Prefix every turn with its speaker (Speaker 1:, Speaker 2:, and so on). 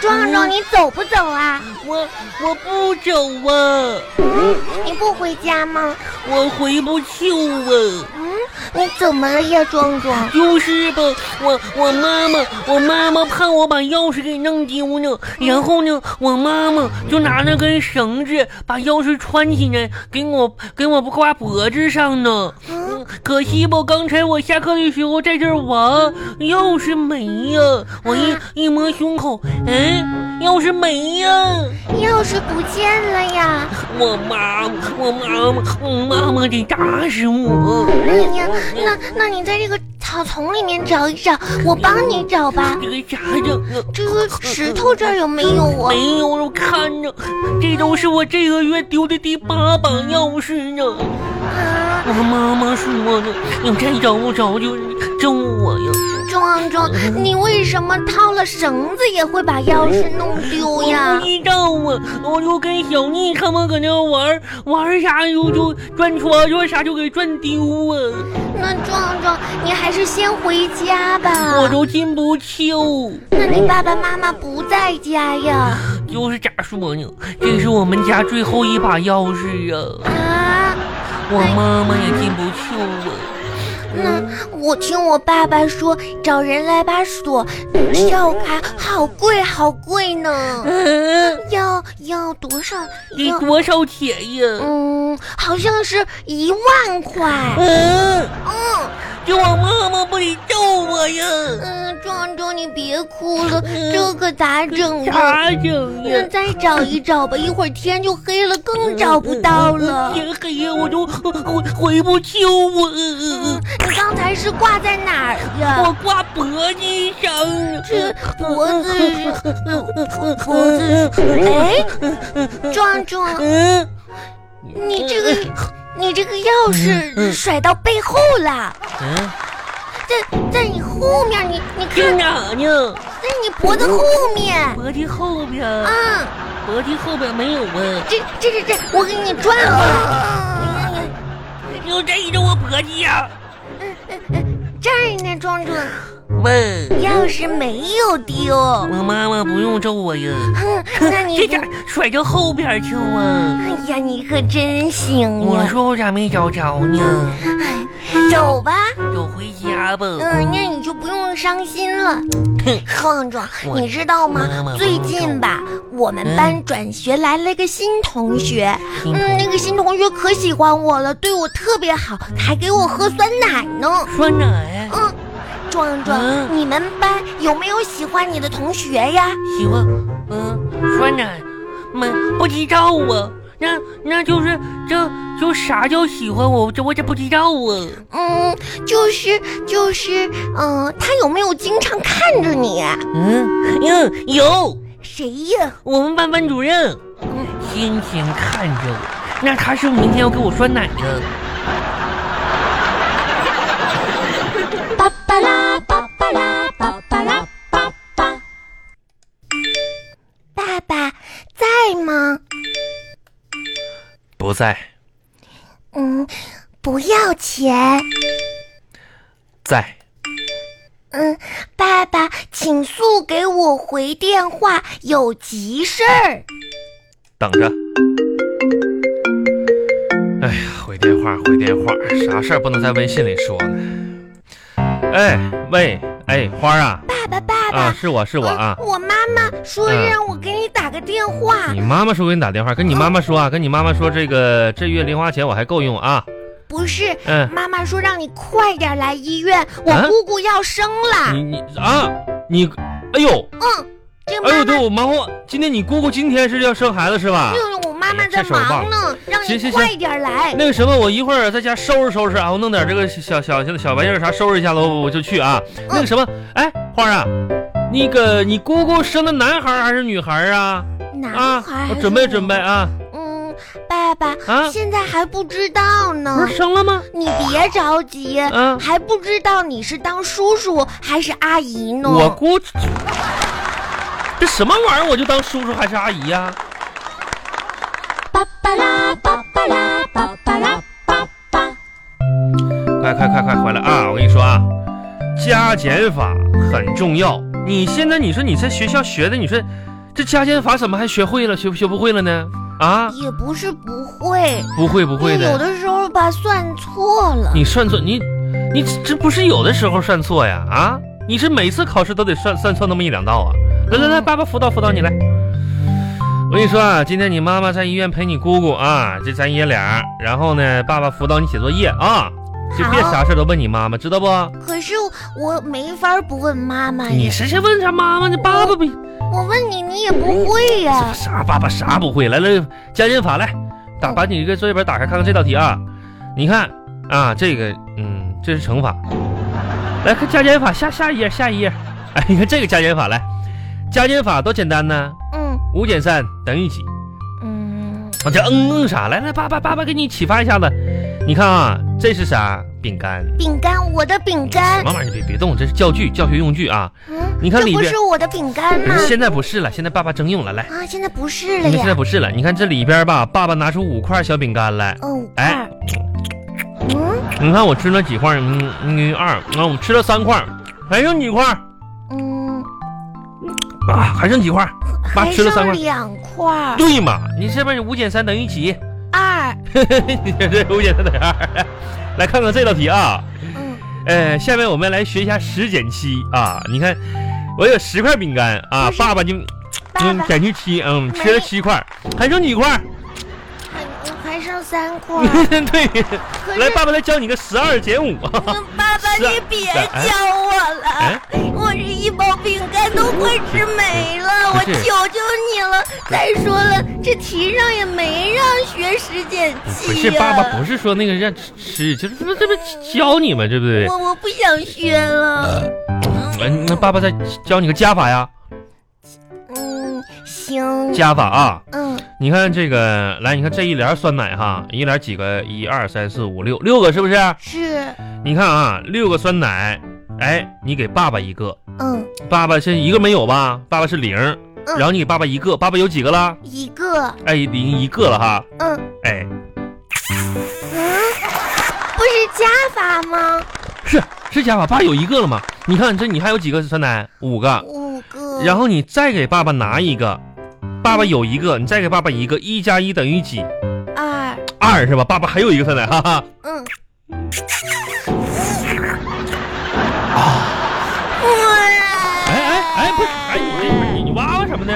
Speaker 1: 壮壮，你走不走啊？
Speaker 2: 我我不走啊，
Speaker 1: 你不回家吗？
Speaker 2: 我回不去啊。
Speaker 1: 嗯，你怎么了呀，壮壮？
Speaker 2: 就是吧，我我妈妈，我妈妈怕我把钥匙给弄丢呢，然后呢，我妈妈就拿那根绳子把钥匙穿起来，给我给我挂脖子上呢。
Speaker 1: 嗯，
Speaker 2: 可惜吧，刚才我下课的时候在这儿玩，钥匙没呀、我一一摸胸口，哎，钥匙没呀、
Speaker 1: 钥匙不见了呀！
Speaker 2: 我妈，我妈妈，我妈妈得打死我！
Speaker 1: 哎呀，那那你在这个草丛里面找一找，我帮你找吧。
Speaker 2: 这个咋整啊？
Speaker 1: 这个石头这儿有没有啊？
Speaker 2: 没有我看着，这都是我这个月丢的第八把钥匙呢。
Speaker 1: 啊，
Speaker 2: 我妈妈说的，要再找不着就揍我呀！
Speaker 1: 壮壮，你为什么套了绳子也会把钥匙弄丢
Speaker 2: 我
Speaker 1: 呀
Speaker 2: 不？知道啊，我就跟小丽他们搁那玩儿玩儿啥就就转戳戳啥就给转丢啊，
Speaker 1: 那壮壮，你还是先回家吧。
Speaker 2: 我都进不去。
Speaker 1: 那你爸爸妈妈不在家呀？
Speaker 2: 就是咋说呢，这是我们家最后一把钥匙啊，
Speaker 1: 啊，
Speaker 2: 我妈妈也进不去啊。
Speaker 1: 那嗯我听我爸爸说，找人来把锁嗯撬开，好贵好贵呢，
Speaker 2: 嗯、
Speaker 1: 要要多少？
Speaker 2: 得
Speaker 1: 要
Speaker 2: 多少钱呀？
Speaker 1: 嗯，好像是一万块。
Speaker 2: 嗯，
Speaker 1: 嗯
Speaker 2: 这我妈妈不得揍我呀？
Speaker 1: 嗯，壮壮，你别哭了，
Speaker 2: 嗯
Speaker 1: 这可咋整啊？
Speaker 2: 咋整
Speaker 1: 那
Speaker 2: 呀？
Speaker 1: 再找一找
Speaker 2: 嗯
Speaker 1: 吧，一会儿天就黑了，更找不到了。
Speaker 2: 天黑呀，我就回回不去我，
Speaker 1: 嗯，你刚才是挂在哪儿呀？
Speaker 2: 我挂脖子上了。
Speaker 1: 这脖子是脖子哎是，哎，壮壮，
Speaker 2: 嗯，
Speaker 1: 你这个你这个钥匙甩到背后了，
Speaker 2: 嗯，
Speaker 1: 在在你后面，你你
Speaker 2: 这
Speaker 1: 看
Speaker 2: 哪呢？
Speaker 1: 在你脖子后面，
Speaker 2: 脖子后边，
Speaker 1: 嗯，
Speaker 2: 脖子后边没有啊？
Speaker 1: 这这这这，我给你转过来，
Speaker 2: 你又摘着我脖子呀？
Speaker 1: 这儿呢，壮壮，
Speaker 2: 喂，
Speaker 1: 钥匙没有丢，
Speaker 2: 我妈妈不用揍我呀，
Speaker 1: 哼，那
Speaker 2: 这
Speaker 1: 你
Speaker 2: 咋甩到后边去啊？
Speaker 1: 哎呀，你可真行
Speaker 2: 我
Speaker 1: 呀，
Speaker 2: 说我咋没找着呢？
Speaker 1: 哎走吧。
Speaker 2: 走回家吧。
Speaker 1: 嗯，那你就不用伤心了。壮壮，
Speaker 2: 我
Speaker 1: 你知道
Speaker 2: 妈妈
Speaker 1: 吗？
Speaker 2: 不嗯
Speaker 1: 最近吧，我们班转学来了个新同学，
Speaker 2: 新
Speaker 1: 嗯
Speaker 2: 同，
Speaker 1: 那个新同学可喜欢我了，对我特别好，还给我喝酸奶呢。
Speaker 2: 酸奶
Speaker 1: 嗯，壮
Speaker 2: 嗯
Speaker 1: 壮，你们班有没有喜欢你的同学呀？
Speaker 2: 喜欢，嗯，酸奶，没不知道啊。那那就是这就啥叫喜欢我？这我这不知道啊。
Speaker 1: 嗯，就是就是，嗯、他有没有经常看着你？
Speaker 2: 嗯嗯，有
Speaker 1: 谁呀？
Speaker 2: 我们班班主任，天天看着我。那他是不是明天要给我酸奶呢？
Speaker 1: 巴巴拉巴巴拉巴巴拉巴巴。爸爸在吗？
Speaker 3: 不在，
Speaker 1: 嗯，不要钱。
Speaker 3: 在
Speaker 1: 嗯，爸爸，请速给我回电话，有急事儿。
Speaker 3: 等着。哎呀，回电话，回电话，啥事儿不能在微信里说呢？哎喂，哎花儿啊
Speaker 1: 爸爸，爸爸，
Speaker 3: 啊，是我是我啊
Speaker 1: 嗯，我妈妈说
Speaker 3: 嗯
Speaker 1: 让我给你打个电话，
Speaker 3: 你妈妈说给你打电话，跟你妈妈说啊，跟你妈妈说这个这月零花钱我还够用啊，
Speaker 1: 不是，
Speaker 3: 嗯，
Speaker 1: 妈妈说让你快点来医院，我
Speaker 3: 啊
Speaker 1: 姑姑要生了。
Speaker 3: 你你啊你，哎呦
Speaker 1: 嗯，这
Speaker 3: 哎
Speaker 1: 妈
Speaker 3: 呦，
Speaker 1: 妈
Speaker 3: 对，我忙活，今天你姑姑今天是要生孩子是吧？
Speaker 1: 就是我妈妈
Speaker 3: 哎呀
Speaker 1: 在
Speaker 3: 这事儿我
Speaker 1: 忙
Speaker 3: 忘
Speaker 1: 呢，让
Speaker 3: 行
Speaker 1: 你
Speaker 3: 行
Speaker 1: 快点来。
Speaker 3: 那个什么，我一会儿在家收拾收拾啊，我弄点这个小小小小玩意儿啥收拾一下子，我我就去啊。那个什么，哎，花儿啊，那个你姑姑生的男孩儿还是女孩儿啊？
Speaker 1: 男
Speaker 3: 啊
Speaker 1: 孩，还
Speaker 3: 我
Speaker 1: 是
Speaker 3: 准备
Speaker 1: 女
Speaker 3: 准备
Speaker 1: 孩。
Speaker 3: 啊
Speaker 1: 嗯，爸爸，
Speaker 3: 啊！
Speaker 1: 现在还不知道
Speaker 3: 不
Speaker 1: 呢
Speaker 3: 是，生了吗？
Speaker 1: 你别着急，
Speaker 3: 啊，
Speaker 1: 还不知道你是当叔叔还是阿姨呢。
Speaker 3: 我姑，这什么玩意儿？我就当叔叔还是阿姨呀、
Speaker 1: 巴巴拉巴巴拉巴巴拉巴巴。
Speaker 3: 快快快快回来啊！我跟你说啊，加减法很重要。你现在你说你在学校学的，你说这加减法怎么还学会了，学学不会了呢？啊，
Speaker 1: 也不是不会，
Speaker 3: 不会不会
Speaker 1: 有
Speaker 3: 的，
Speaker 1: 的时候吧算错了。
Speaker 3: 你算错你，你这不是有的时候算错呀？啊，你是每次考试都得算算错那么一两道啊？来来来，爸爸辅导辅导你来。我跟你说啊，今天你妈妈在医院陪你姑姑啊，这咱爷俩，然后呢，爸爸辅导你写作业啊，就别
Speaker 1: 好
Speaker 3: 啥事儿都问你妈妈，知道不？
Speaker 1: 可是我没法不问妈妈
Speaker 3: 你
Speaker 1: 呀，
Speaker 3: 谁谁问啥妈妈？你爸爸不
Speaker 1: 我问你你也不会呀。
Speaker 3: 啥爸爸啥不会？来来，加减法来，
Speaker 1: 嗯
Speaker 3: 打把你这个作业本打开，看看这道题啊。你看啊，这个嗯，这是乘法。来看加减法，下下一页，下一页。哎，你看这个加减法来，加减法多简单呢，
Speaker 1: 嗯
Speaker 3: 五减三等于几？
Speaker 1: 嗯，
Speaker 3: 我这嗯嗯啥？来来，爸爸爸爸给你启发一下子。你看啊，这是啥？饼干。
Speaker 1: 饼干，我的饼干
Speaker 3: 什，么玩意儿？别别动，这是教具，教学用具啊。
Speaker 1: 嗯，
Speaker 3: 你看
Speaker 1: 这
Speaker 3: 里
Speaker 1: 不
Speaker 3: 边
Speaker 1: 是，我的饼干
Speaker 3: 不
Speaker 1: 吗
Speaker 3: 是？现在不是了，现在爸爸征用了。来，
Speaker 1: 啊，现在不嗯是了
Speaker 3: 你看现在
Speaker 1: 呀。
Speaker 3: 不是了。你看这里边吧，爸爸拿出五块小饼干来。
Speaker 1: 哦，五
Speaker 3: 哎
Speaker 1: 块。嗯
Speaker 3: 你看我吃了几块？嗯嗯，二，那、我吃了三块，还剩几块
Speaker 1: 嗯，
Speaker 3: 啊？还剩几块？妈
Speaker 1: 还
Speaker 3: 吃了三
Speaker 1: 剩
Speaker 3: 块
Speaker 1: 两块，
Speaker 3: 对嘛？你这边五减三等于 几？
Speaker 1: 二。
Speaker 3: 你这五减三等于二。来看看这道题啊，
Speaker 1: 嗯
Speaker 3: 呃，下面我们来学一下十减七啊。你看，我有十块饼干啊
Speaker 1: 不，是
Speaker 3: 爸爸就
Speaker 1: 爸
Speaker 3: 嗯
Speaker 1: 爸，
Speaker 3: 减去七，嗯，吃了
Speaker 1: 没
Speaker 3: 七块，还剩几块？
Speaker 1: 还嗯还剩三块。
Speaker 3: 对，
Speaker 1: 可
Speaker 3: 来，
Speaker 1: 是
Speaker 3: 爸爸来教你个十二减五。
Speaker 1: 爸爸，
Speaker 3: 是啊
Speaker 1: 你别
Speaker 3: 是啊哎
Speaker 1: 教我
Speaker 3: 哎
Speaker 1: 了，我这一包饼干都快吃没了，我
Speaker 3: 不是
Speaker 1: 求求你了。再说了，这题上也没让学十减七呀。
Speaker 3: 不是爸爸，不是说那个让吃，就是这不这不教你嘛，对不对？
Speaker 1: 我我不想学了。
Speaker 3: 嗯，那爸爸再教你个加法呀，
Speaker 1: 嗯，行，
Speaker 3: 加法啊！
Speaker 1: 嗯
Speaker 3: 你看这个，来，你看这一帘酸奶哈，一帘几个？一二三四五六，六个是不是？
Speaker 1: 是，
Speaker 3: 你看啊，六个酸奶，哎，你给爸爸一个，
Speaker 1: 嗯
Speaker 3: 爸爸现在一个没有吧？爸爸是零，然后你给爸爸一个，爸爸有几个了？
Speaker 1: 一个，
Speaker 3: 哎，零一个了哈，
Speaker 1: 嗯
Speaker 3: 哎，
Speaker 1: 嗯，不是加法吗？
Speaker 3: 是是加法，爸有一个了吗？你看这你还有几个酸奶？五个，
Speaker 1: 五个，
Speaker 3: 然后你再给爸爸拿一个，爸爸有一个，你再给爸爸一个，一加一等于几？
Speaker 1: 二，
Speaker 3: 二是吧？爸爸还有一个酸奶，哈哈。
Speaker 1: 嗯。啊！哎
Speaker 3: 哎哎哎，不是，哎你你你挖挖什么呢？